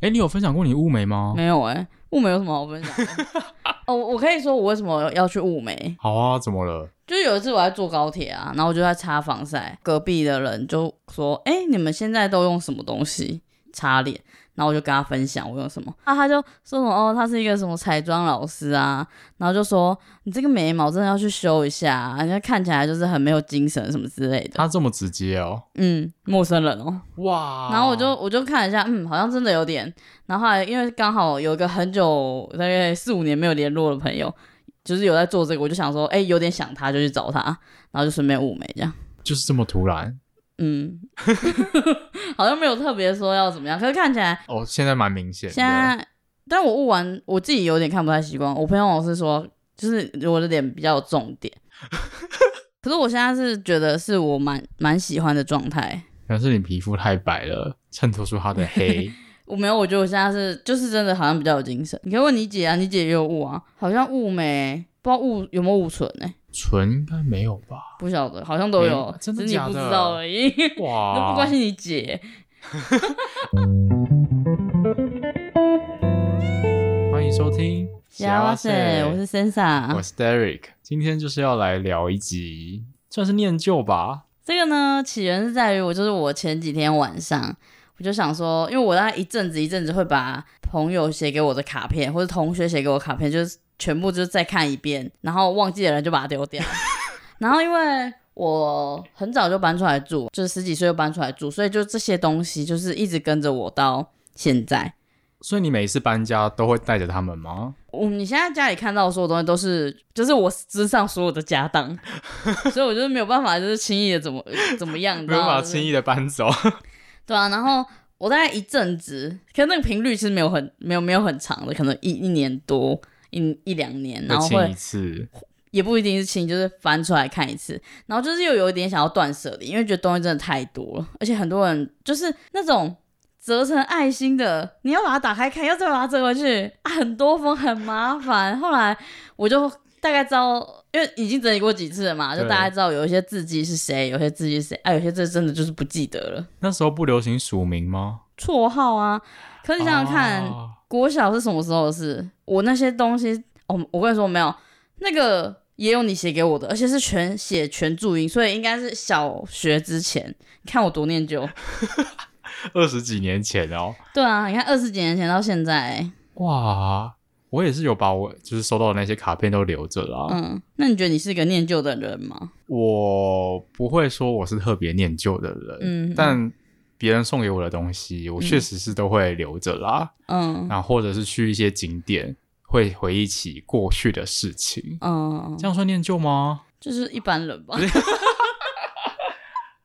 哎、你有分享过你雾眉吗？没有哎、雾眉有什么好分享 的？哦，我可以说我为什么要去雾眉？好啊，怎么了？就是有一次我在坐高铁啊，然后我就在擦防晒，隔壁的人就说：“哎、你们现在都用什么东西擦脸？”然后我就跟他分享我用什么，啊，他就说什么哦，他是一个什么彩妆老师啊，然后就说你这个眉毛真的要去修一下、啊，人家看起来就是很没有精神什么之类的。他这么直接哦，嗯，陌生人哦，哇！然后我就我就看了一下，嗯，好像真的有点。然后后来因为刚好有一个很久大概四五年没有联络的朋友，就是有在做这个，我就想说，哎、有点想他，就去找他，然后就顺便雾眉这样。就是这么突然嗯， 好像没有特别说要怎么样，可是看起来哦，现在蛮明显的。现在，但我雾完我自己有点看不太习惯。我朋友是说，就是我的脸比较有重点，可是我现在是觉得是我蛮蛮喜欢的状态。可能是你皮肤太白了，衬托出它的 黑。我没有，我觉得我现在是就是真的好像比较有精神。你可以问你姐啊，你姐也有雾啊，好像雾没，不知道雾有没有雾唇呢、唇应该没有吧？不晓得，好像都有，没真的只是假的你不知道而已， 都哇！不关心你姐。欢迎收听。哇塞，我是 Sensa 我。是 Derek，今天就是要来聊一集，算是念旧吧。这个呢，起源是在于我，就是我前几天晚上，我就想说，因为我大概一阵子一阵子会把朋友写给我的卡片，或者同学写给我的卡片，就是全部就是再看一遍，然后忘记的人就把它丢掉。 然后因为我很早就搬出来住，就是十几岁就搬出来住，所以就这些东西就是一直跟着我到现在。所以你每一次搬家都会带着他们吗？我嗯你现在家里看到的所有东西都是，就是我身上所有的 家当，所以我就是没有办法，就是轻易的怎么怎么样，你知没有道办法吗就是轻易的搬走。对啊，然后我大概一阵子，可是那个频率其实没有很没有没有很长的，可能一一年多一一两年，然后亲一会次，也不一定是清，就是翻出来看一次，然后就是又有一点想要断舍离，因为觉得东西真的太多了，而且很多人就是那种。折成爱心的，你要把它打开看，要再把它折回去，啊、很多封很麻烦。后来我就大概知道，因为已经整理过几次了嘛，就对大概知道有一些字迹是谁，有些字迹是谁，啊，有些字真的就是不记得了。那时候不流行署名吗？绰号啊。可你想想看，哦国小是什么时候的事？我那些东西，哦，我跟你说没有，那个也有你写给我的，而且是全写全注音，所以应该是小学之前。你看我多 念旧，二十几年前哦，对啊，你看二十几年前到现在、哇，我也是有把我就是收到的那些卡片都留着啦。嗯，那你觉得你是个念旧的人吗？我不会说我是特别念旧的人，嗯但别人送给我的东西，我确实是都会留着啦。嗯那、或者是去一些景点，会回忆起过去的事情，嗯这，样算念旧吗？ 就是一般人吧。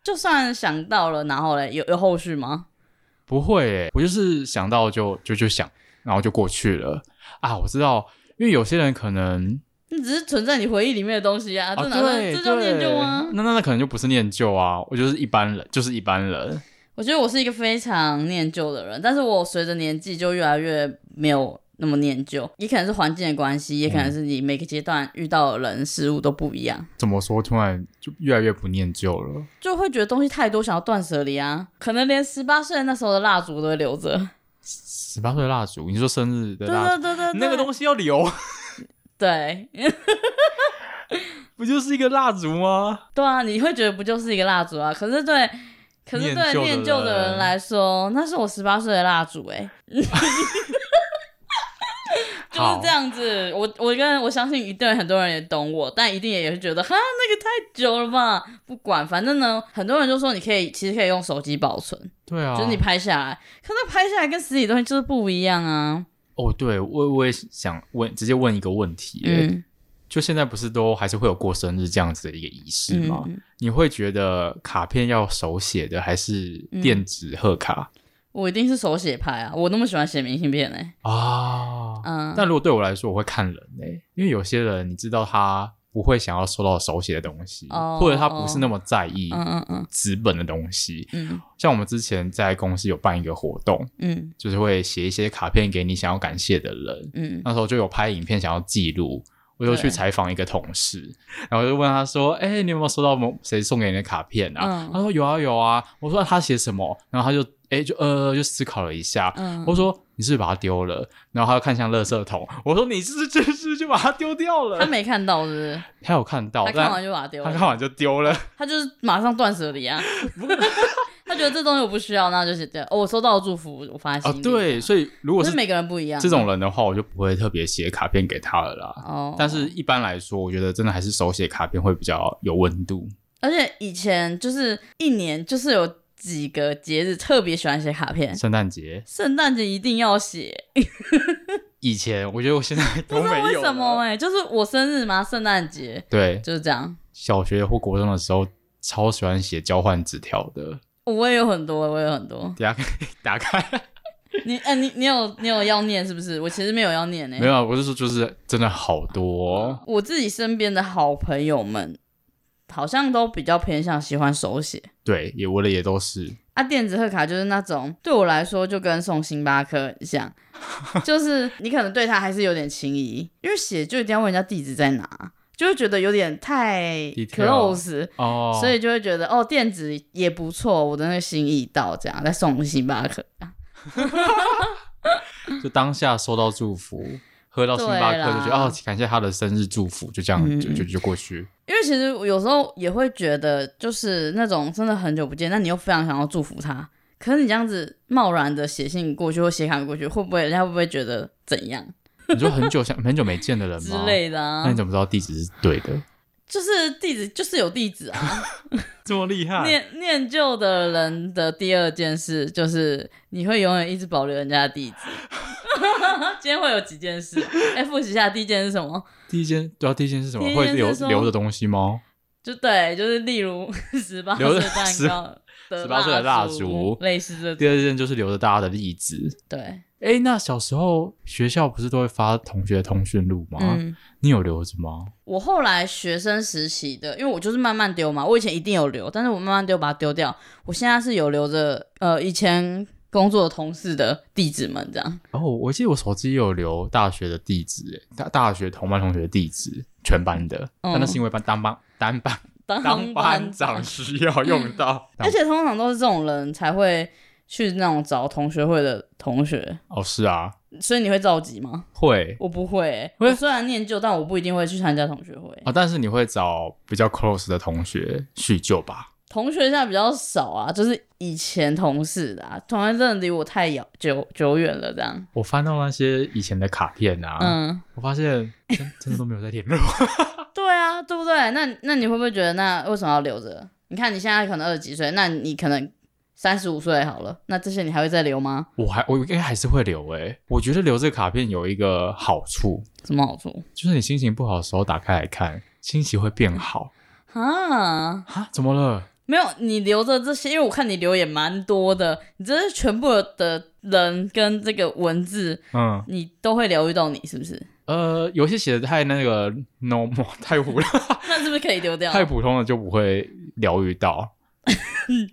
就算想到了，然后嘞，有有后续吗？不会耶，我就是想到就就就想，然后就过去了啊。我知道，因为有些人可能那只是存在你回忆里面的东西啊，啊，这哪算对这叫念旧啊？对那那那可能就不是念旧啊，我就是一般人，就是一般人。我觉得我是一个非常念旧的人，但是我随着年纪就越来越没有那么念旧，也可能是环境的关系，也可嗯能是你每个阶段遇到的人事物都不一样，怎么说？突然就越来越不念旧了。就会觉得东西太多，想要断舍离啊。可能连十八岁那时候的蜡烛都会留着。十八岁的蜡烛，你说生日的对蜡烛，对对对，那个西东西要留， 对不就是一个蜡烛吗？对啊，你会觉得不就是一个蜡烛啊？可是对。可是念旧的对念旧的人人来说，那是我十八岁的蜡烛 哎、就是好这。样子，我我跟我相信一定很多人也懂我，但一定也是觉得哈那个太久了吧，不管反正呢，很多人就说你可以其实可以用手机保存，对啊，就是你拍下来，可是拍下来跟实体东西就是不一样啊。哦，对我我也想问，直接问一个问题、嗯，就现在不是都还是会有过生日这样子的一个仪式吗？嗯你会觉得卡片要手写的还是嗯电子贺卡、我一定是手写拍啊，我那么喜欢写明信片呢、啊？嗯，但如果对我来说，我会看人诶、因为有些人你知道他不会想要收到手写的东西，哦或者他不是那么在意嗯嗯嗯纸本的东西。嗯像我们之前在公司有办一个活动，嗯就是会写一些卡片给你想要感谢的人。嗯那时候就有拍影片想要记录，我就去对采访一个同事，然后就问他说：“哎、你有没有收到某谁送给你的卡片啊？”嗯他说：“有啊，有啊。”我说：“他写什么？”然后他就哎、就呃就思考了一下，嗯，我说：“你是不是把它丢了？然后他就看向垃圾桶，我说你是不是就是就把它丢掉了他？没看到是不 是？他有看到，他看完就把它丢但他，了看完就丢 了。他就是马上断舍 离啊。 他觉得这东西我不需要，那就是对。哦，我收到了祝福，我发啊心、，对，所以如以果是是每个人不啊一样。这种人的话，我就不会特别写卡片给他了啦。哦，但是一般来说，我觉得真的还是手写卡片会比较有温度。而且以前就是一年就是有几个节日特别喜欢写卡片，圣诞节圣诞节一定要写，以前，我觉得我现在都不知没道有。为什么？哎、就是我生日嘛，圣诞节对，就是这样。小学或国中的时候，超喜欢写交换纸条的。我也有很多，我也有很多。打开，打开，你哎、你你有你有要念是不是？我其实没有要念欸呢、没有啊，我是说，就是真的好多哦、我自己身边的好朋友们，好像都比较偏向喜欢手写。对，也我的也都是。啊，电子贺卡就是那种对我来说就跟送星巴克很 像，就是你可能对他还是有点情谊，因为写就一定要问人家地址在哪，就会觉得有点太 Detail close，哦，所以就会觉得哦，电子也不错，我的那个心意到，这样再送星巴克。就当下收到祝福，喝到星巴克对啦嗯就觉得哦，感谢他的生日祝福，就这样、就就就过去。因为其实我有时候也会觉得，就是那种真的很久不见，但你又非常想要祝福他，可是你这样子贸然的写信过去或写卡过去，会不会人家会不会觉得怎样你说很久想很久没见的人之吗？类的啊？那你怎么知道地址是对的？就是地址就是有地址 啊。这么厉害？念念旧的人的第二件事就是你会永远一直保留人家的地址。 今天会有几件事？哎、复习一下，第一件是什么？第一件对啊，第一件是什么第？一件会是留说留的东西吗？就对，就是例如 十八留岁着蛋糕、 18岁的蜡烛类似这种。第二件就是留着大家的例子。对，哎，那小时候学校不是都会发同学的通讯录吗？嗯。你有留着吗？我后来学生时期的，因为我就是慢慢丢嘛，我以前一定有留，但是我慢慢丢把它丢掉。我现在是有留着，呃，以前工作的同事的地址们这样。然后哦我记得我手机也有留大学的地址，诶大大学同班同学的地址，全班的，哦但那是因为班当班单班嗯当当班长需要用到，而且通常都是这种人才会去那种找同学会的同学，哦是啊，所以你会召集吗？会我不会欸、会我虽然念旧，但我不一定会去参加同学会。啊、哦，但是你会找比较 close 的同学叙旧吧？同学现在比较少啊，就是以前同事的、啊，同学真的离我太遥久久远了，这样。我翻到那些以前的卡片啊，嗯，我发现真真的都没有在联络。对啊，对不对？那那你会不会觉得，那为什么要留着？你看你现在可能二十几岁，那你可能三十五岁好了，那这些你还会再留吗？ 我还我应该还是会留诶、我觉得留这个卡片有一个好处，什么好处就是你心情不好的时候打开来看，心情会变好啊？啊？怎么了？没有，你留着这些，因为我看你留也蛮多的，你这是全部的人跟这个文字，嗯，你都会疗愈到你，是不是？呃，有些写的太那个 normal 太无聊。那是不是可以丢掉？太普通了就不会疗愈到。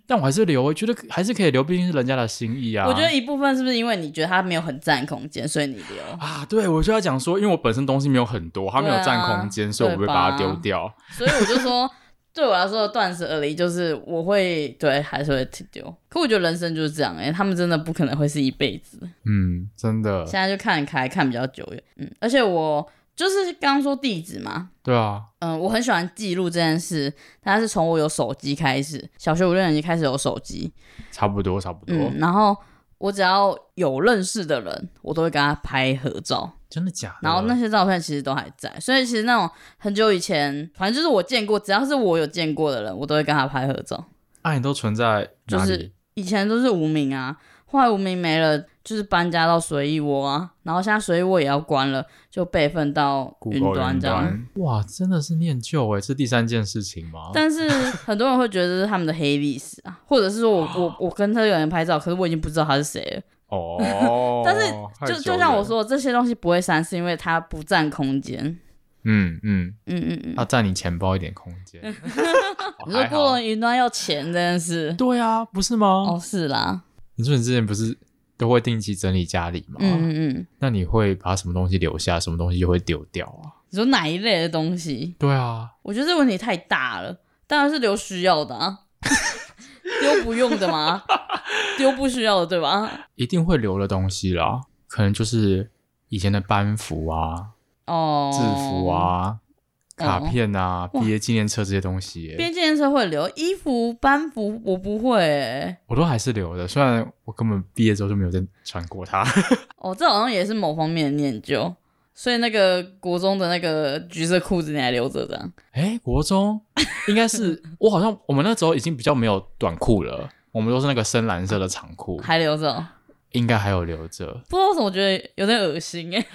但我还是留，我觉得还是可以留，毕竟是人家的心意啊。我觉得一部分是不是因为你觉得它没有很占空间，所以你留？啊，对我就要讲说，因为我本身东西没有很多，它没有对啊占空间，所以我不会对把吧它丢掉。所以我就说，对我来说的断舍离就是我会对还是会丢。可我觉得人生就是这样哎、欸，他们真的不可能会是一辈子。嗯，真的现，在就看开，看比较久远。嗯，而且我就是刚刚说地址嘛。对啊，嗯，我很喜欢记录这件事，但是从我有手机开始，小学五六年级开始有手机，差不多，差不多。嗯，然后我只要有认识的人，我都会跟他拍合照，真的假的？然后那些照片其实都还在，所以其实那种很久以前，反正就是我见过，只要是我有见过的人，我都会跟他拍合照。爱、你都存在就哪里？是以前都是无名啊，后来无名没了，就是搬家到随意窝啊，然后现在随意窝也要关了，就备份到 Google 云端这样。云端哇，真的是念旧哎，是第三件事情吗？但是很多人会觉得这是他们的黑历史啊，或者是说我我我跟他有人拍照，可是我已经不知道他是谁了。哦 ，但是太就久就像了我，说，这些东西不会删，是因为它不占空间。嗯嗯，嗯嗯嗯，要占你钱包一点空 间。你还说好过了云端要钱这件事，对啊，不是吗？哦是啦，你说你之前不是都会定期整理家里吗？嗯嗯嗯，那你会把什么东西留下，什么东西就会丢掉啊？你说哪一类的东西？对啊，我觉得这个问题太大了，当然是留需要的啊，丢不用的吗？丢不需要的对吧？一定会留的东西啦。可能就是以前的班服啊、哦，制服，啊、卡哦片啊、哇毕业纪念册这些东西耶、边界车会留衣服、班服，我不会、欸。我都还是留的。虽然我根本毕业之后就没有再穿过它。 哦，这好像也是某方面的念旧，所以那个国中的那个橘色裤子你还留着的啊。哎，国中应该是我好像我们那时候已经比较没有短裤了，我们都是那个深蓝色的长裤，还留着哦，应该还有留着。不知道为什么觉得有点恶心哎、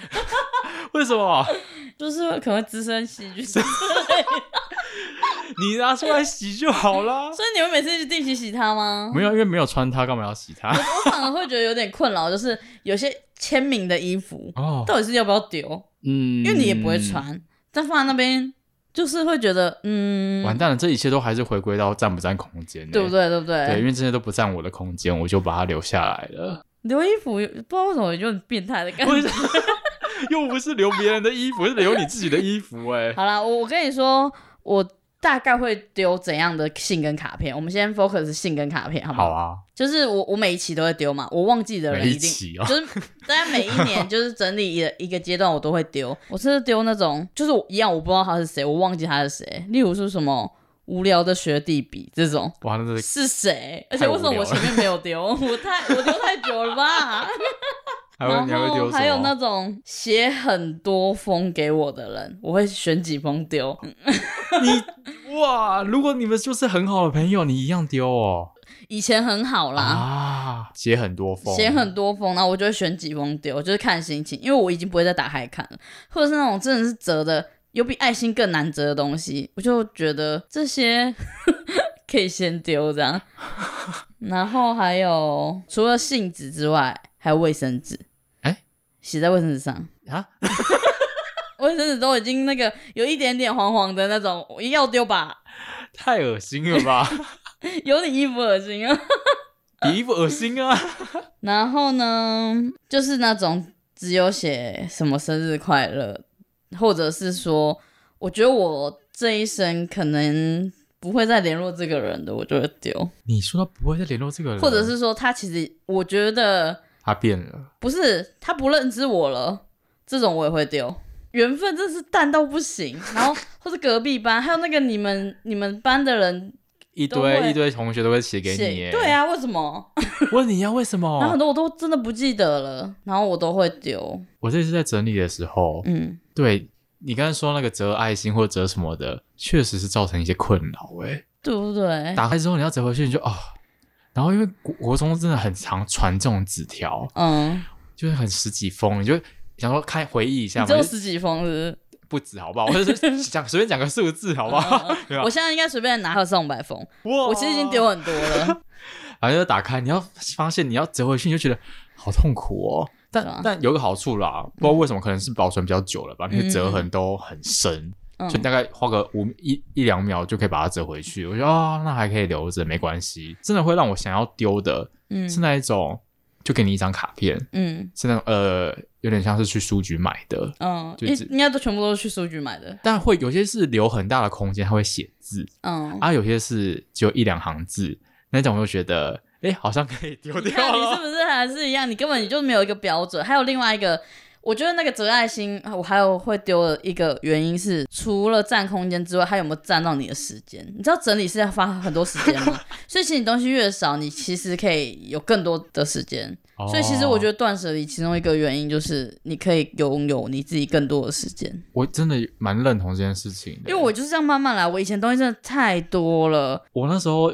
为什么？ 就是可能会滋生细 菌之类的，你拿出来洗就好 啦。所以你们每次去定期洗它 吗？没有，因为没有穿它，干嘛要洗它？我反而会觉得有点困扰，就是有些签名的衣服哦，到底是要不要丢， 嗯，因为你也不会。穿，但放在那边就是会觉得嗯，完蛋了，这一切都还是回归到占不占空间、欸对不？对？对不对？对，因为这些都不占我的空间，我就把它留下来 了。留衣服不知道为什么有点变态的 感为觉什。么又不是留别人的衣服，是留你自己的衣服、哎， 好啦，我我跟你说，我大概会丢怎样的信跟卡片？我们先 focus 信跟卡片，好不好啊，就是我我每一期都会丢嘛，我忘记的人每一一定期哦 就是大家每一年就是整理一个一个阶段我都会 丢，我甚至丢那种就是我一样我不知道他是谁，我忘记他是谁，例如说什么无聊的学弟比这种。哇，那是是谁？而且为什么我前面没有 丢？我太我丢太久了吧？还会你还然会后丢什么？哦还有那种写很多封给我的人，我会选几封丢。你哇，如果你们就是很好的朋友，你一样丢哦以前很好啦，啊，写很多封，写很多封，然后我就会选几封丢，就是看心情，因为我已经不会再打开看了，或者是那种真的是折的，有比爱心更难折的东西，我就觉得这些 可以先丢这样。然后还有除了信纸之外，还有卫生纸，哎写在卫生纸上。啊，卫生纸都已经那个有一点点黄黄的那种，要丢吧？太恶心了 吧，有你衣服恶心啊！比衣服恶心啊！ 然后呢，就是那种只有写什么生日快乐，或者是说，我觉得我这一生可能不会再联络这个人的，我就会丢，你说他不会再联络这个人，或者是说他其实我觉得他变了，不是他不认知我了，这种我也会丢。缘分真是淡到不行，然后 或是隔壁班，还有那个你们你们班的人一都会堆一堆同学都会写给你写，耶，哦对，啊，为什么？问你呀，为什然后很么？多我都真的不记得了，然后我都会丢，我这次在整理的时候，嗯。对你刚才说那个折爱心或折什么的，确实是造成一些困扰哎。对不对？打开之后你要折回去，你就哦。然后因为国国中真的很常传这种纸条，嗯，就是很十几封，你就想说看回忆一下你嘛，只有就十几封是不止好不好？我就是讲随便讲个数字好不不是？好？ 对 啊嗯吧我现在应该随便拿到上百封，哇我其实已经丢，很 多了。然后就打开，你要发现你要折回去，你就觉得好痛苦哦。但、对啊但有个好处啦，不知道为什么，可能是保存比较久了吧，那些折痕都很深，嗯所以大概花个五一一两秒就可以把它折回去。我觉得啊、那还可以留着，没关系。真的会让我想要丢的嗯是那一种，就给你一张卡片，嗯是那种呃，有点像是去书局买的，嗯，就应只应该都全部都是去数据买的。但会有些是留很大的空间，它会写字嗯，啊，有些是只有一两行字，那种我就觉得，哎、好像可以丢啊你看掉你了。是不是还是一样？你根本就没有一个标准。还有另外一个，我觉得那个折爱心，啊我还有会丢的一个原因是，除了占空间之外，它有没有占到你的时间？你知道整理是要花很多时间吗？ 所以其实你东西越少，你其实可以有更多的时间。哦所以其实我觉得断舍离其中一个原因就是你可以拥有你自己更多的时间，我真的蛮认同这件事情的，因为我就是这样慢慢来。我以前东西真的太多了，我那时候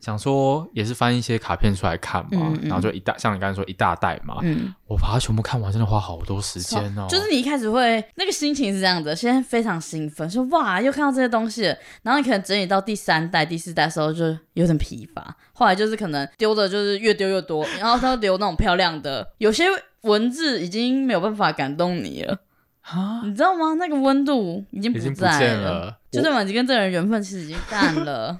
想说也是翻一些卡片出来看嘛，嗯嗯然后就一大像你刚才说一大袋嘛，嗯，我把它全部看完，真的花好多时间哦。就是你一开始会那个心情是这样的，先非常兴奋，说哇又看到这些东西了，然后你可能整理到第三代、第四代的时候就有点疲乏，后来就是可能丢的就是越丢越多，然后他留那种漂亮的，有些文字已经没有办法感动你了，啊，你知道吗？那个温度已经已经不嗯在见了。就我对嘛，你跟这个人缘分其实已经淡 了，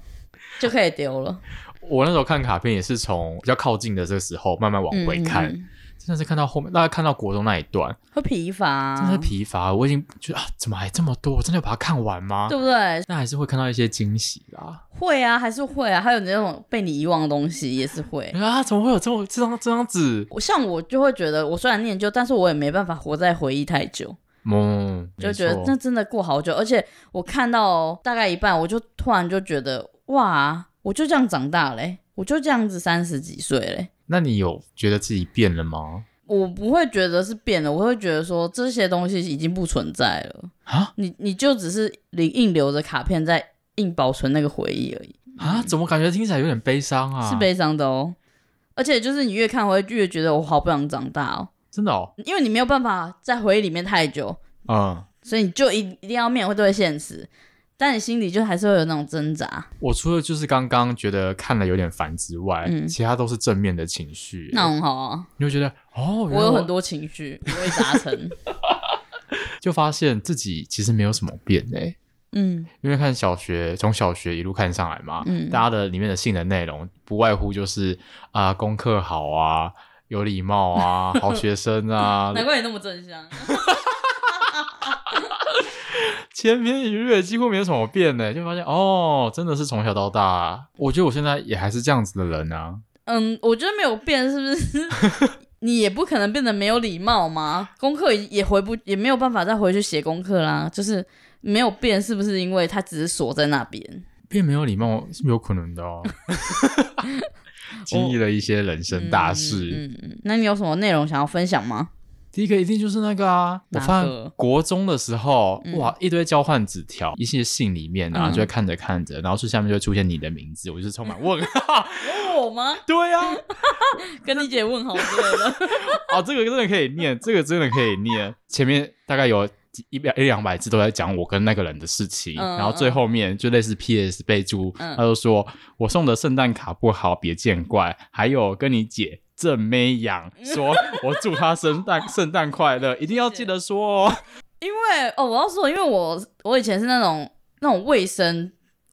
就可以丢了。我那时候看卡片也是从比较靠近的这个时候慢慢往回看，嗯嗯真的是看到后面，大概看到国中那一段，会疲乏、啊真的是疲乏了。我已经觉得啊，怎么还这么多？我真的要把它看完吗？对不对？但还是会看到一些惊喜啦。会啊，还是会啊，还有那种被你遗忘的东西也是会。啊，怎么会有这种这张这张纸？我像我就会觉得，我虽然念旧，但是我也没办法活在回忆太久，嗯，就没觉得错那真的过好久。而且我看到大概一半，我就突然就觉得，哇，我就这样长大嘞、我就这样子三十几岁欸嘞、那你有觉得自己变了吗？我不会觉得是变了，我会觉得说这些东西已经不存在了。啊你你就只是硬硬留着卡片在硬保存那个回忆而已，啊，怎么感觉听起来有点悲伤啊？是悲伤的哦。而且就是你越看会越觉得我好不想长大哦，真的哦，因为你没有办法在回忆里面太久，嗯。所以你就一一定要面对现实，但你心里就还是会有那种挣扎。我除了就是刚刚觉得看了有点烦之外，嗯其他都是正面的情绪。那很好啊，你会觉得哦，原来我有很多情绪，我会达 成。就发现自己其实没有什么变哎、嗯因为看小学，从小学一路看上来嘛，嗯大家的里面的性的内容不外乎就是啊、功课好啊，有礼貌 啊，好学生啊，难怪你那么正向。千篇一律，几乎没有什么变呢、就发现哦，真的是从小到大，我觉得我现在也还是这样子的人啊，嗯，我觉得没有变，是不是？你也不可能变得没有礼貌嘛，功课也回不，也没有办法再回去写功课啦。就是没有变，是不是因为它只是锁在那边？变没有礼貌是有可能的哦。 经历了一些人生大事，嗯嗯嗯，那你有什么内容想要分享吗？第一个一定就是那个啊！我哪发个现国中的时候，嗯哇，一堆交换纸条，一些信里面啊，嗯就会看着看着，然后最下面就会出现你的名字，我就是充满问号。 有我吗？对啊，跟你姐问好之类的。 哦，这个真的可以念，这个真的可以念。前面大概有几一百一两百字都在讲我跟那个人的事情，嗯然后最后面就类似 P.S. 备注，嗯他就说我送的圣诞卡不好，别见怪。还有跟你姐正妹养嗯说，我祝她圣 诞圣诞快乐，一定要记得说哦。 因为哦，我要说，因为我我以前是那种那种卫生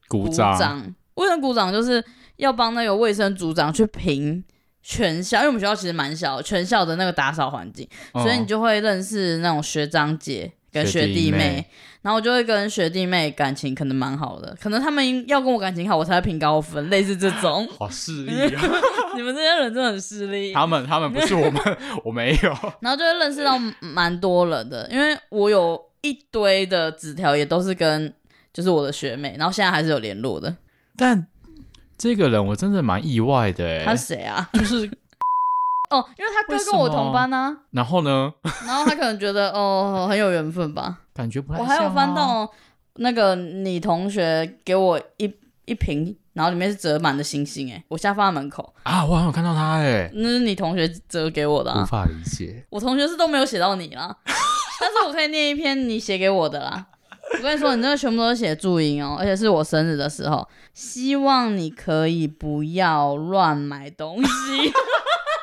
鼓鼓掌，卫生鼓掌就是要帮那个卫生组长去评全校，因为我们学校其实蛮小的，全校的那个打扫环境，嗯所以你就会认识那种学长姐跟学学弟弟妹，妹。然后我就会跟学弟妹感情可能蛮好的，可能他们要跟我感情好，我才会评高分，类似这种 好 势利哦！你们这些人真的很势利。他们他们不是我们， 我没有。然后就会认识到蛮多人的，因为我有一堆的纸条也都是跟就是我的学妹，然后现在还是有联络的。但这个人我真的蛮意外的他哎，是谁啊？ 就是哦，因为他为哥什跟我么同班啊，然后呢，然后他可能觉得哦很有缘分吧。感觉不太我还有像翻啊到那个你同学给我一一瓶，然后里面是折满的星星，哎，我现在放在门口，啊，我好像有看到他哎，那是你同学折给我的、无啊。法理解。我同学是都没有写到你啦， 但是我可以念一篇你写给我的啦。我跟你说，你这个全部都是写注音哦，而且是我生日的时候。希望你可以不要乱买东西。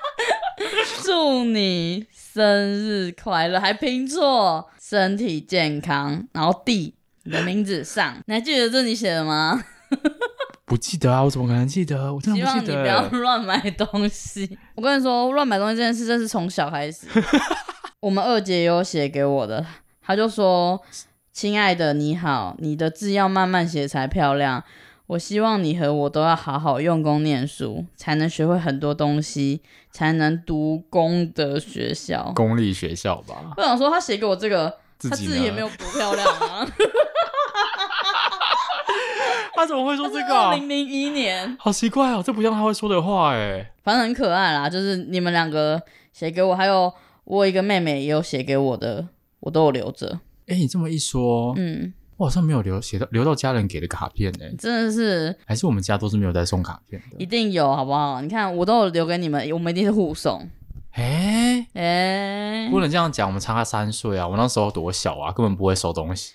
祝你生日快乐，还拼错，身体健康，然后弟你的名字上，你还记得这你写的吗？不记得啊，我怎么可能记得？我真希的望不你记不要得。欸 乱买东西。 我跟你说，乱买东西这件事，这是从小开始。 我们二姐也有写给我的，她就说：“亲爱的，你好，你的字要慢慢写才漂亮。我希望你和我都要好好用功念书，才能学会很多东西，才能读公的学校。公立学校吧”，我想说，她写给我这个，自她己自己呢也没有多漂亮啊。他怎么会说 这二个？啊哦零零一年，好奇怪哦，这不像他会说的话哎。反正很可爱啦，就是你们两个写给我，还有我一个妹妹也有写给我的，我都有留着。哎，你这么一说，嗯，我好像没有留写到留到家人给的卡片哎，真的是还是我们家都是没有在送卡片的一。定有，好不好？你看，我都有留给你们，我们一定是互送。哎，哎、不能这样讲，我们差三岁啊！我那时候多小啊，根本不会收东 西，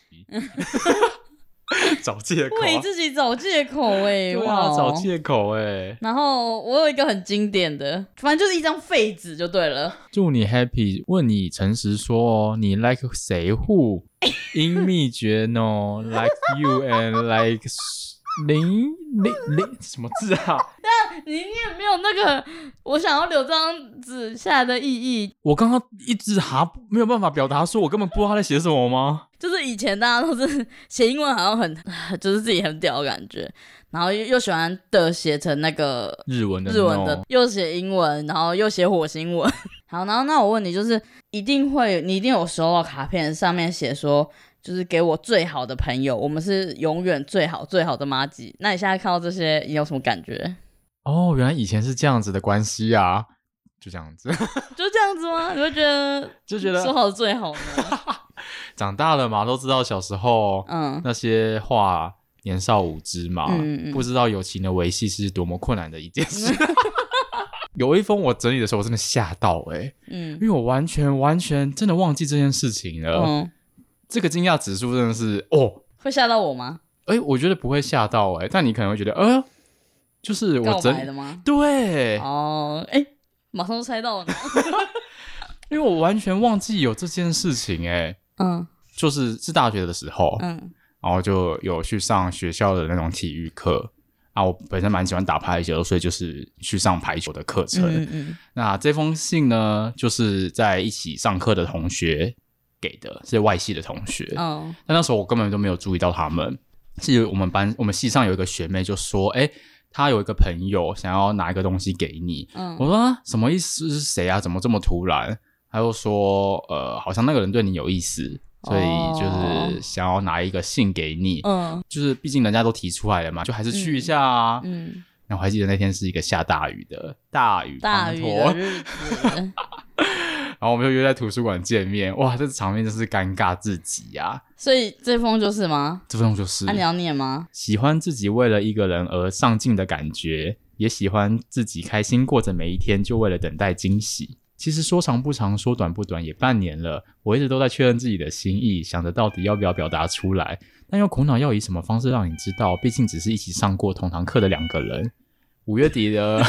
找借口、为啊，自己找借口哎、对哇啊，哦、找借口哎、然后我有一个很经典的，反正就是一张废纸就对了。祝你 happy，问你诚实说哦，你 like 谁 who？因秘诀 no like you and like 零零零什么字啊？你你也没有那个我想要留这张纸下来的意义。我刚刚一直哈没有办法表达，说我根本不知道他在写什么吗？就是以前大家都是写英文好像很， 就是自己很屌的感觉，然后又又喜欢的写成那个日文的日文的 no，又写英文，然后又写火星文。 好，然后那我问你，就是一定会，你一定有收到卡片，上面写说，就是给我最好的朋友，我们是永远最好最好的妈吉。那你现在看到这些，你有什么感觉？哦，原来以前是这样子的关系啊，就这样子， 就这样子吗？你会觉得就觉说得好最好吗？长大了嘛，都知道小时候嗯，那些话年少无知嘛，嗯嗯嗯不知道友情的维系是多么困难的一件 事。有一封我整理的时候，我真的吓到哎、欸嗯 因为我完全完全真的忘记这件事情了。嗯，这个惊讶指数真的是哦，会吓到我吗？哎、我觉得不会吓到哎、但你可能会觉得，呃，就是告我白的整吗？对，哦，哎、马上就猜到了呢。因为我完全忘记有这件事情哎、 嗯就是是大学的时候，嗯然后就有去上学校的那种体育课啊。我本身蛮喜欢打排球，所以就是去上排球的课程。嗯嗯那这封信呢，就是在一起上课的同学给的，是外系的同学。嗯，哦但那时候我根本就没有注意到他们。是我们班我们系上有一个学妹就说：“哎、她有一个朋友想要拿一个东西给你。”我嗯说、啊什么意思？是谁啊？怎么这么突然？他又说，呃，好像那个人对你有意思，所以哦就是想要拿一个信给你。嗯就是毕竟人家都提出来了嘛，就还是去一下啊。嗯，然后我还记得那天是一个下大雨的大雨大滂雨沱 的，日 子，然后我们就约在图书馆见面。哇，这场面真是尴尬至极啊！所以这封就是吗？这封就是、啊，你要念吗？喜欢自己为了一个人而上进的感觉，也喜欢自己开心过着每一天，就为了等待惊喜。其实说长不长，说短不短，也半年了。我一直都在确认自己的心意，想着到底要不要表达出来，但又苦恼要以什么方式让你知道。毕竟只是一起上过同堂课的两个人。五月底的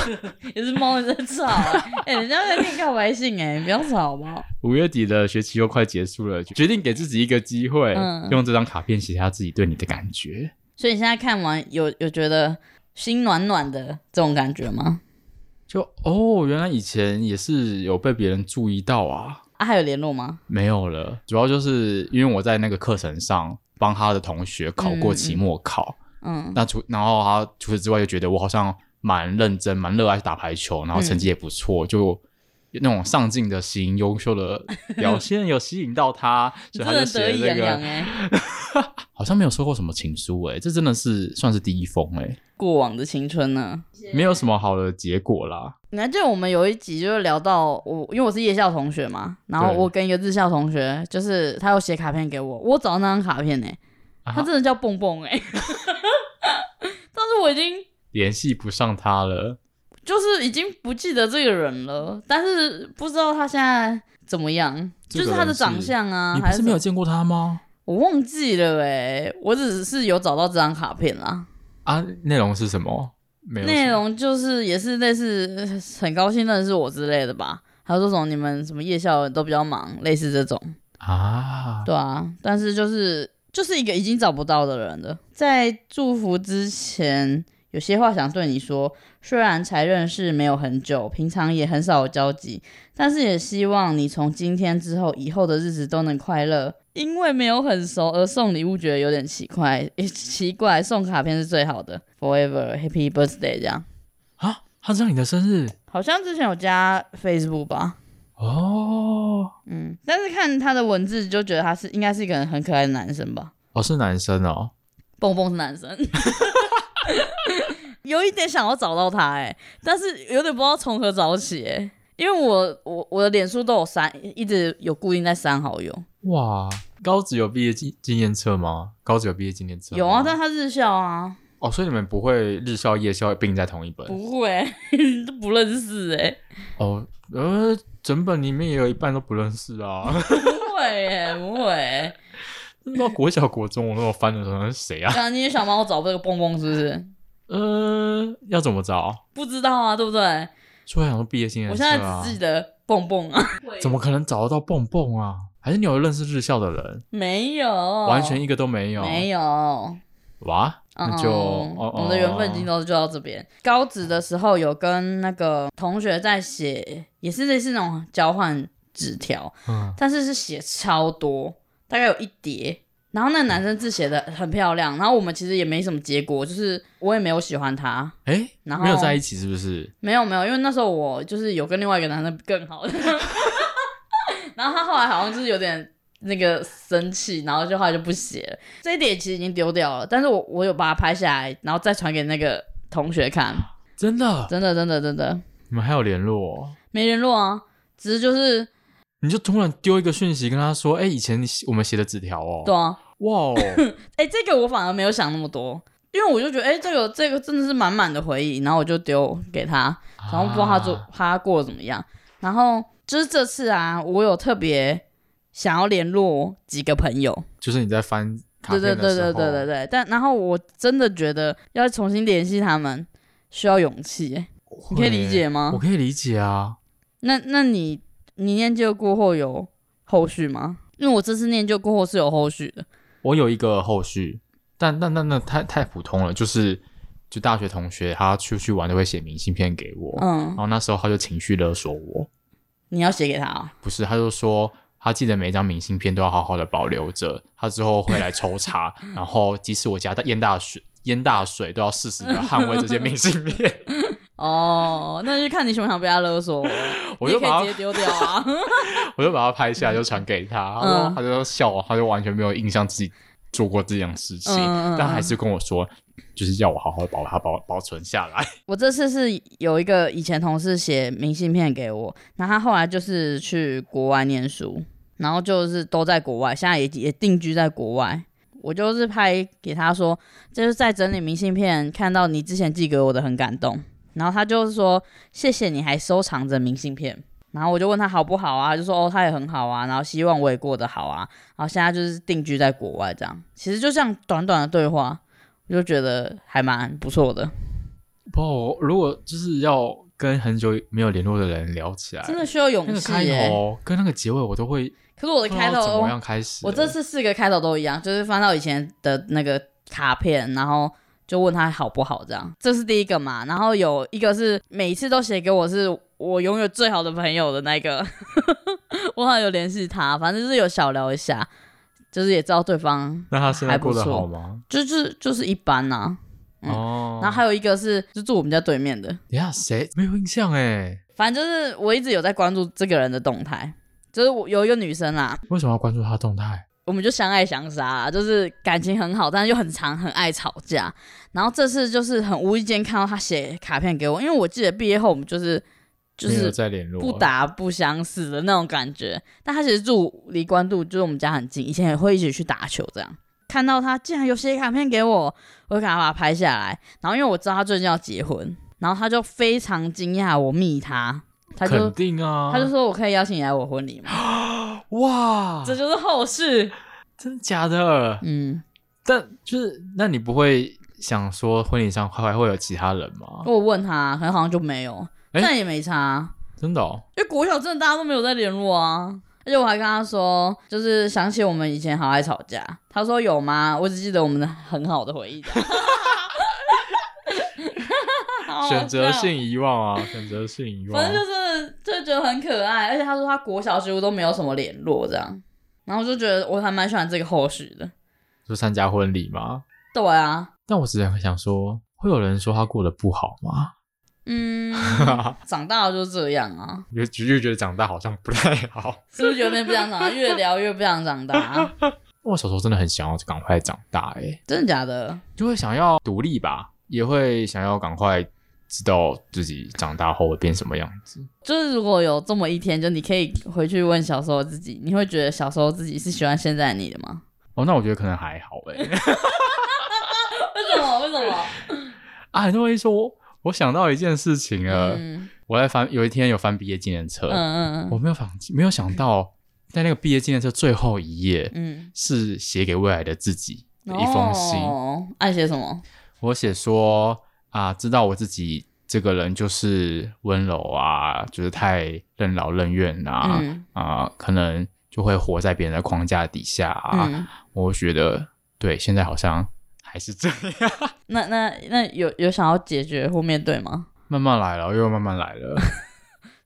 也是猫在吵、欸，哎、人家在念告白信、欸，哎， 你不要吵好不好？五月底的学期又快结束了，决定给自己一个机会，嗯用这张卡片写下自己对你的感觉。所以你现在看完有有觉得心暖暖的这种感觉吗？就哦，原来以前也是有被别人注意到啊。啊，还有联络吗？没有了，主要就是因为我在那个课程上帮他的同学考过期末考，嗯那除然后他除此之外就觉得我好像蛮认真、蛮热爱打排球，然后嗯成绩也不错，就那种上进的心、优秀的 表现有吸引到他，所你以他就真的写得了意这洋洋个。哎、好像没有收过什么情书欸诶、这真的是算是第一封诶、过往的青春呢？没有什么好的结果啦。你还记得我们有一集就是聊到我，因为我是夜校同学嘛，然后对我跟一个日校同学，就是他有写卡片给我，我找到那张卡片呢、啊他真的叫蹦蹦哎、 但是我已经联系不上他了，就是已经不记得这个人了，但是不知道他现在怎么样，这就个是他的人是长相啊，你不还是没有怎见过他吗？我忘记了哎、我只是有找到这张卡片啦，啊，内容是什么？没有什么内容就是也是类似呃很高兴认识我之类的吧，还有这种你们什么夜校都比较忙，类似这种，啊，对啊，但是就是就是一个已经找不到的人了，在祝福之前。有些话想对你说，虽然才认识没有很久，平常也很少有交集，但是也希望你从今天之后，以后的日子都能快乐。因为没有很熟而送礼物，觉得有点奇怪，奇怪，送卡片是最好的，Forever Happy Birthday 这样。啊，他知道你的生日好像之前有加 Facebook 吧，哦，嗯，但是看他的文字就觉得他是应该是一个很可爱的男生吧。哦是男生哦，蹦蹦是男 生，有一点想要找到他哎、但是有点不知道从何找起哎、因为我我我的脸书都有删，一直有固定在删好友，哇，高职有毕业纪纪念册吗？高职有毕业纪念册吗有啊，但他日校啊，哦，所以你们不会日校夜校并在同一本不会都不认识哎、哦，呃，整本里面也有一半都不认识啊， 不会哎、不会、欸，到国小国中我都有翻的时候那是谁啊？刚刚你也想帮我找这个蹦蹦是不是？呃，要怎么找？不知道啊，对不对？所以想说毕业纪念我现册在啊只，记得蹦蹦啊，怎么可能找得到蹦蹦啊？还是你有认识日校的人？哦没有，完全一个都没有，没有，哇，那就嗯哦，我们的缘分已经哦都就到这边。高职的时候有跟那个同学在写，也是类似那种交换纸条，嗯但是是写超多，大概有一叠。然后那个男生字写的很漂亮，然后我们其实也没什么结果，就是我也没有喜欢他，哎，然没有后在一起是不是？没有没有，因为那时候我就是有跟另外一个男生更好的， 然后他后来好像就是有点那个生气，然后就后来就不写了。这一点其实已经丢掉了，但是我我有把它拍下来，然后再传给那个同学看，真的，真的真的真的你们还有联络哦？没联络啊，只是就是你就突然丢一个讯息跟他说，哎，以前你我们写的纸条哦，对啊，哇哦，哎、这个我反而没有想那么多。因为我就觉得，哎、这个这个真的是满满的回忆，然后我就丢给他， 然后不知道他做啊他过得怎么样。然后就是这次啊，我有特别想要联络几个朋友，就是你在翻卡对片对的对时对候对对对。但然后我真的觉得要重新联系他们需要勇气，欸你可以理解吗我？可以理解啊，那那你你念旧过后有后续吗？因为我这次念旧过后是有后续的，我有一个后续，但但但那太太普通了，就是就大学同学他出去玩都会写明信片给我，嗯然，后那时候他就情绪勒索我，你要写给他 哦、不是，他就说他记得每一张明信片都要好好的保留着，他之后会来抽 查，然后即使我家的淹大水。淹大水都要适时的捍卫这些明信片，哦，那就看你想不想被他勒索了，我你就也可把以直它接丢掉啊。我就把它拍下来，就传给他，然后嗯他就笑我，他就完全没有印象自己做过这样事情，嗯嗯嗯但还是跟我说，就是要我好好地把它保保存下来。我这次是有一个以前同事写明信片给我，然后他后来就是去国外念书，然后就是都在国外，现在也也定居在国外。我就是拍给他说，就是在整理明信片，看到你之前寄给我的很感动，然后他就是说谢谢你还收藏着明信片，然后我就问他好不好啊，他就说哦他也很好啊，然后希望我也过得好啊，然后现在就是定居在国外这样，其实就这样短短的对话，我就觉得还蛮不错的。不，如果就是要跟很久没有联络的人聊起来，真的需要勇那个气开耶、头跟那个结尾我都会可是不我的知开道怎头么，样开始。我这次四个开头都一样，就是翻到以前的那个卡片，然后就问他好不好这样。这是第一个嘛，然后有一个是每一次都写给我是我拥有最好的朋友的那个， 我好像有联系他，反正就是有小聊一下，就是也知道对方那他现在还不过得错好吗？就是就是一般呐、嗯哦，然后还有一个是就住我们家对面的，等一下谁没有印象哎？反正就是我一直有在关注这个人的动态，就是我有一个女生啦、啊为什么要关注他的动态？我们就相爱相杀啦，就是感情很好，但是又很常很爱吵架。然后这次就是很无意间看到他写卡片给我，因为我记得毕业后我们就是就没有啊是在联络，不打不相识的那种感觉。但他其实住离关渡就是我们家很近，以前也会一起去打球这样。看到他竟然有写卡片给我，我就赶快把它拍下来。然后因为我知道他最近要结婚，然后他就非常惊讶我密他，他就肯定啊，他就说我可以邀请你来我婚礼 吗？哇，这就是后事。真的假的？嗯。但就是那你不会想说婚礼上还会有其他人吗？我问他，可能好像就没有，诶但也没差，真的哦，因为国小真的大家都没有在联络啊。而且我还跟他说，就是想起我们以前好爱吵架。他说有吗？我只记得我们的很好的回忆。好好笑选择， 性遗忘啊，选择性遗忘。哦反正就是就觉得很可爱。而且他说他国小几乎都没有什么联络这样，然后我就觉得我还蛮喜欢这个后续的。就参加婚礼吗？对啊，但我只是想说，会有人说他过得不好吗？ 嗯，长大了就是这样啊，就就觉得长大好像不太 好。是不是有点不 想长大？越聊越不想长大，我小时候真的很想要赶快长大、欸，真的假的？就会想要独立吧，也会想要赶快知道自己长大后会变什么样子。就是如果有这么一天，就你可以回去问小时候自己，你会觉得小时候自己是喜欢现在的你的吗？哦，那我觉得可能还好、欸， 为什么？为什么？啊，很多人说，我想到一件事情了，嗯我在翻，有一天有翻毕业纪念册，嗯嗯我嗯没有想没有想到，在那个毕业纪念册最后一页嗯，是写给未来的自己的一封信。哦，爱写什么？我写说啊，知道我自己这个人就是温柔啊，就是太任劳任怨啊，嗯啊，可能就会活在别人的框架底下啊。嗯我觉得对，现在好像还是这样， 那那那有有想要解决或面对吗？慢慢来了，又慢慢来了。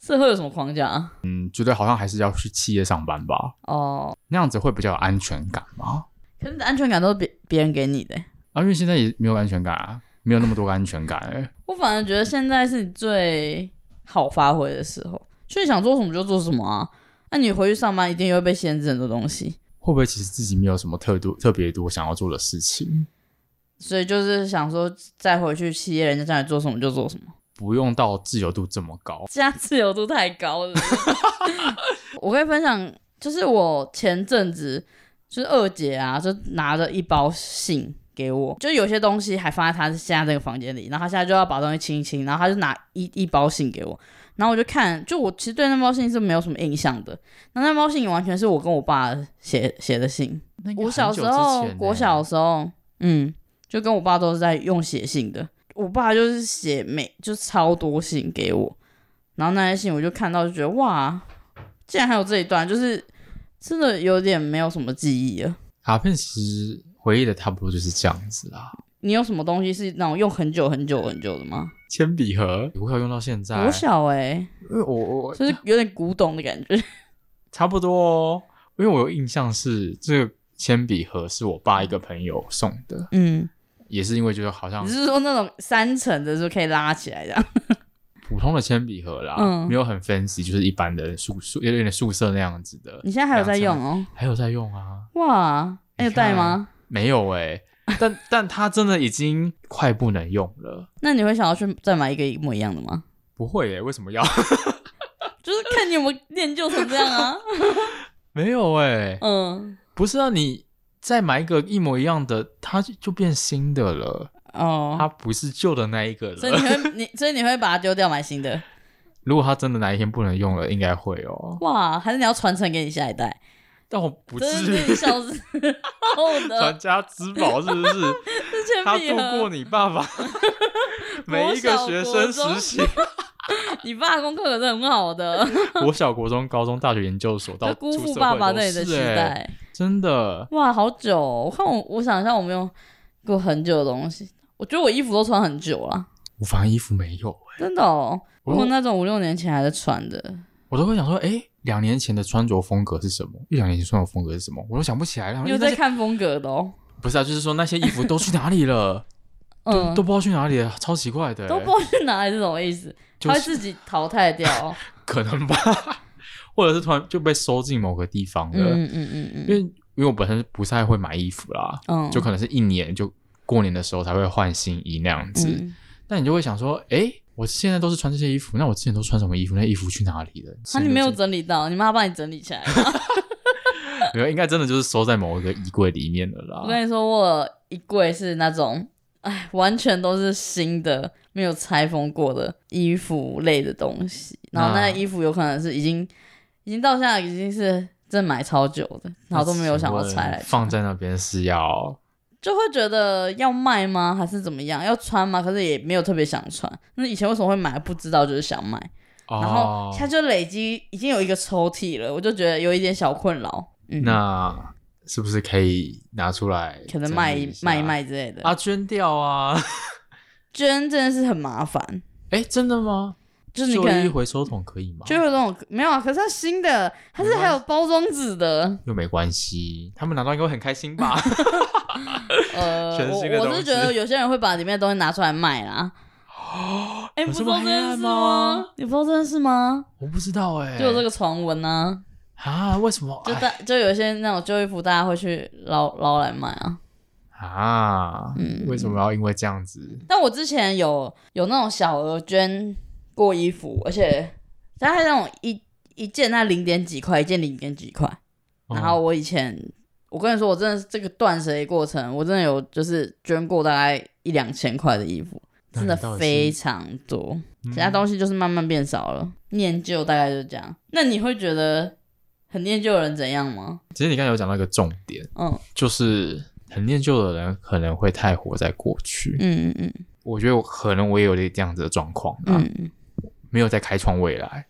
社会有什么框架啊？嗯，觉得好像还是要去企业上班吧，哦，那样子会比较有安全感吗？可是你的安全感都是别别人给你的欸。啊，因为现在也没有安全感啊，没有那么多个安全感、欸。我反而觉得现在是你最好发挥的时候，所以想做什么就做什么啊。那你回去上班一定又会被限制很多东西，会不会其实自己没有什么特多特别多想要做的事情，所以就是想说再回去企业，人家叫你做什么就做什 么，不用到自由度这么高？这样自由度太高了。 我可以分享，就是我前阵子就是二姐啊，就拿着一包信给我，就有些东西还放在她现在这个房间里，然后她现在就要把东西清一清，然后她就拿一一包信给我，然后我就看，就我其实对那包信是没有什么印象的，那那包信完全是我跟我爸写写的信，那应该我很小久时之候前，欸我小时候，嗯，就跟我爸都是在用写信的。我爸就是写每就超多信给我，然后那些信我就看到就觉得哇，竟然还有这一段，就是真的有点没有什么记忆了。卡片其实回忆的差不多就是这样子啦。你有什么东西是那种用很久很久很久的吗？铅笔盒，我有用到现在我，小哎、因为我我我就是有点古董的感 觉。差不多哦，因为我有印象是这个铅笔盒是我爸一个朋友送的，嗯，也是因为就是好像你是说那种三层的，就可以拉起来的？普通的铅笔盒啦，嗯没有很 fancy，就是一般的宿宿有点宿舍那样子的你，现在还有在用哦？还有在用啊？哇，那有带吗？没有哎、但但它真的已经快不能用了。那你会想要去再买一个一模一样的吗？不会耶、为什么要？ 就是看你有没有练就成这样啊。 没有哎、嗯，不是啊，你再买一个一模一样的，它就就变新的了，它哦，不是旧的那一个所以你了。会你所以你会把它丢掉买新的？如果它真的哪一天不能用了，应该会哦，哇，还是你要传承给你下一代？但我不真至是你于。小时候 传的家之宝是不 是？是铅他笔度过盒，你爸 爸每一个学生时期， 你爸功课可是很好的，国小、国中、高中、大学、研究所到就辜出负社爸会爸都对你的是期欸待。真的哇，好久哦、我看我我想一下，我没有过很久的东西。我觉得我衣服都穿很久了，我反而衣服没有欸、真的哦。我我那种五六年前还在穿的，我都会想说，哎、两年前的穿着风格是什么？一两年前穿着风格是什么？我都想不起来了。你因有为在哦那些看风格的哦。不是啊，就是说那些衣服都去哪里了， 嗯，都不知道去哪里了，超奇怪的欸、都不知道去哪里是什么意思，就他会是自己淘汰掉哦。可能吧， 或者是突然就被收进某个地方了。嗯嗯嗯嗯因为因为我本身不太会买衣服啦，嗯，就可能是一年就过年的时候才会换新衣那样子。嗯那你就会想说，哎，我现在都是穿这些衣服，那我之前都穿什么衣服？那衣服去哪里了？啊那、你没有甚至整理到，你妈帮你整理起来。没有，应该真的就是收在某一个衣柜里面了我啦。跟你说，我有一柜是那种，哎，完全都是新的，没有拆封过的衣服类的东西。然后那那衣服有可能是已经，已经到现在已经是正买超久的，然后都没有想要那拆来请问放在那边是要就会觉得要卖吗，还是怎么样？要穿吗？可是也没有特别想穿。那以前为什么会买？不知道，就是想买。然后哦它。就累积已经有一个抽屉了，我就觉得有一点小困扰。嗯，那是不是可以拿出来可整理一能下？卖一卖一卖之类的。啊，捐掉啊？捐真的是很麻烦，哎，真的吗？就是你旧可衣能回收桶可以吗？就有那种没有啊，可是它新的，它是还有包装纸的。又没关系，他们拿到应该会很开心吧？ 呃，全我新的我东是西觉得有些人会把里面的东西拿出来 卖啦。哎、有不这知么道黑暗这件事吗吗？你不知道这件事吗？我不知道哎、就有这个传闻啊，啊？为什么？就哎大就有一些那种旧衣服，大家会去捞捞来卖啊。啊？嗯为什么要因为这样子？但我之前有有那种小额捐过衣服，而且它还那种一一件那零点几块，一件零点几块。哦然后我以前我跟你说，我真的是这个断舍离过程，我真的有就是捐过大概一两千块的衣服，那真你的到底是非常多。嗯其他东西就是慢慢变少了，念旧大概就是这样。那你会觉得很念旧的人怎样吗？其实你刚才有讲到一个重点， 嗯就是很念旧的人可能会太活在过去。嗯嗯我觉得我可能我也有点这样子的状况啊，嗯嗯，没有在开创未 来，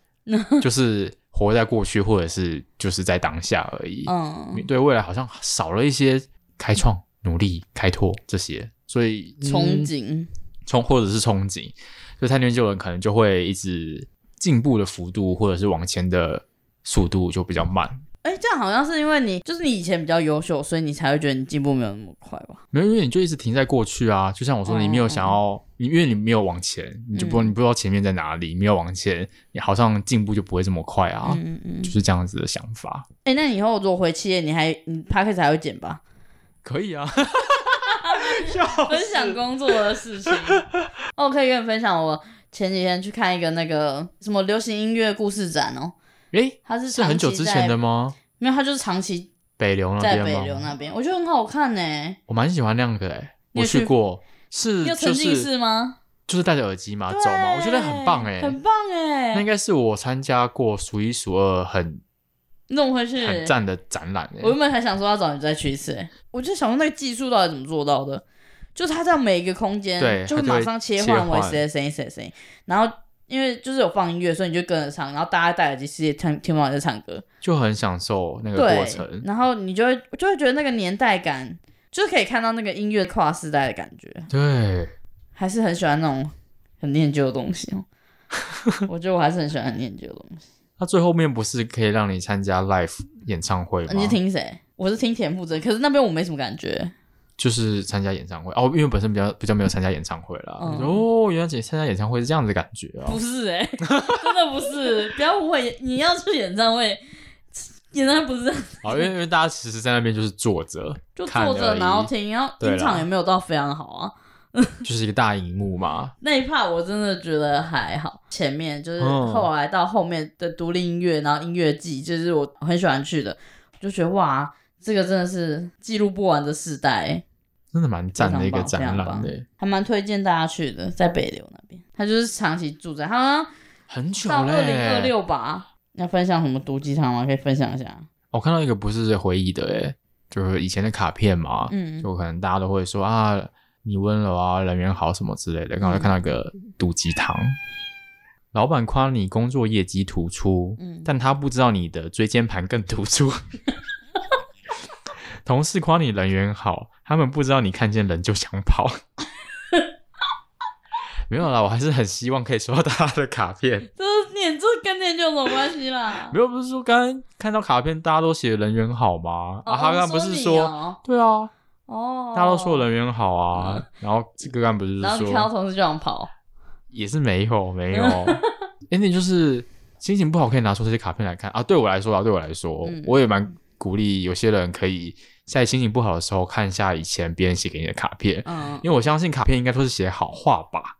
就是活在过去，或者是就是在当下而已。嗯，对未来好像少了一些开创努力开拓这些，所以憧憬。憬，冲或者是憧憬，所以探究救人可能就会一直进步的幅度或者是往前的速度就比较慢。哎、这样好像是因为你就是你以前比较优秀，所以你才会觉得你进步没有那么快吧？没有，因为你就一直停在过去啊，就像我说，哦你没有想要，你因为你没有往前，你就不、嗯你不知道前面在哪里，没有往前，你好像进步就不会这么快啊，嗯嗯嗯就。是这样子的想法。哎、那你以后如果回企业，你还你 p a c a s 还会剪吧？可 以啊， 分享工作的事情。 哦，我可以跟你分享，我前几天去看一个那个什么流行音乐故事展哦，诶，它是是很久之前的吗？吗？没有，它就是长期北流那在边北吗？流那边，我觉得很好看呢、我蛮喜欢那样的、诶，你有我去去过，是你有就沉浸是式吗？就是戴着耳机嘛，走嘛，我觉得很棒诶。很棒哎、那应该是我参加过数一数二很你怎么回去？很赞的欸展览我诶、原本还想说要找你再去一次、欸，我就想说那个技术到底怎么做到的？就是他在每一个空间，对就它会就会马上切切换为换谁的声音谁的声音，然后因为就是有放音乐，所以你就跟着唱，然后大家戴耳机，其实也听听不到你在唱歌，就很享受那个过对程，。然后你就会就会觉得那个年代感，就是可以看到那个音乐跨世代的感觉，对，还是很喜欢那种很念旧的东西 哦。我觉得我还是很喜欢很念旧的东西。它最后面不是可以让你参加 live 演唱会吗？你是听谁？我是听田馥甄，可是那边我没什么感觉。就是参加演唱会哦，因为本身比较比较没有参加演唱会啦。嗯我说哦，原来姐参加演唱会是这样子的感觉啊不。是哎、真的不是，不要误会，你要去演唱会， 演唱会不是这样好，因为因为大家其实在那边就是坐 着，就看坐而着已然后听，然后对啦音场也没有到非常好啊。就是一个大荧幕嘛。那一 part 我真的觉得还好，前面就是嗯后来到后面的独立音乐，然后音乐季，就是我很喜欢去的，我就觉得哇，这个真的是记录不完的世代、欸。真的蛮赞的一个非常展棒览欸的、非还蛮推荐大家去的，在北流那边，他就是长期住在，他好像很久到二零二嘞、六吧。要分享什么毒鸡汤吗？可以分享一下。我看到一个不是回忆的诶、就是以前的卡片嘛，嗯，就可能大家都会说啊，你温柔啊，人缘好什么之类的。嗯刚才看到一个毒鸡汤，老板夸你工作业绩突出，嗯但他不知道你的椎间盘更突 出。同事夸你人缘好，他们不知道你看见人就想 跑。没有啦，我还是很希望可以收到大家的卡片。这是念这跟念旧有什么关系啦？没有，不是说刚刚看到卡片，大家都写人缘好吗？哦啊，他刚刚哦不是你说，哦，对啊，哦嗯大家都说人缘好啊，然后这个干不是然后你看到说同事就想跑，也也是没有没 有，哎，那就是心情不好可以拿出这些卡片来看啊。对我来说啊，对我来说，嗯我也蛮鼓励有些人可以在心情不好的时候看一下以前别人写给你的卡片，嗯，因为我相信卡片应该都是写好话吧，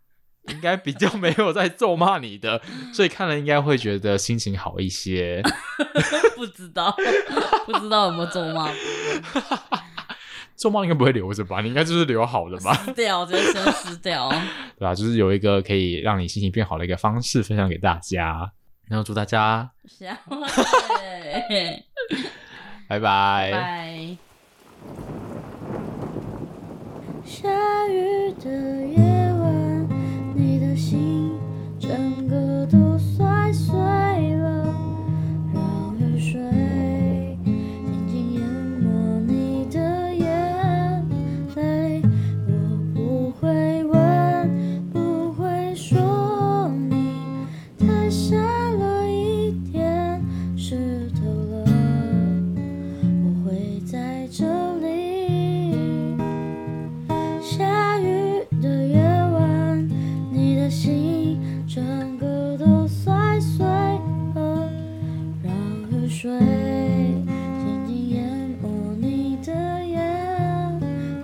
应该比较没有在咒骂你的，所以看了应该会觉得心情好一些。 不知道不知道有没有中吗？咒骂应该不会留着吧？你应该就是留好的吧？撕掉，直接先撕掉。 对吧、就是有一个可以让你心情变好的一个方式分享给大家。然后祝大家谢谢，拜拜。拜。下雨的夜晚，你的心整个都摔碎了，让雨水静静淹没你的眼泪。我不会问，不会说你太傻了一点，湿透了，我会在这里。下雨的夜晚，你的心整个都摔碎了，让雨水静静淹没你的眼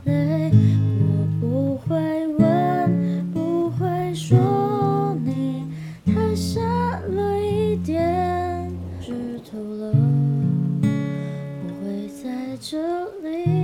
泪。我不会问，不会说你太傻了一点，湿透了，我会在这里。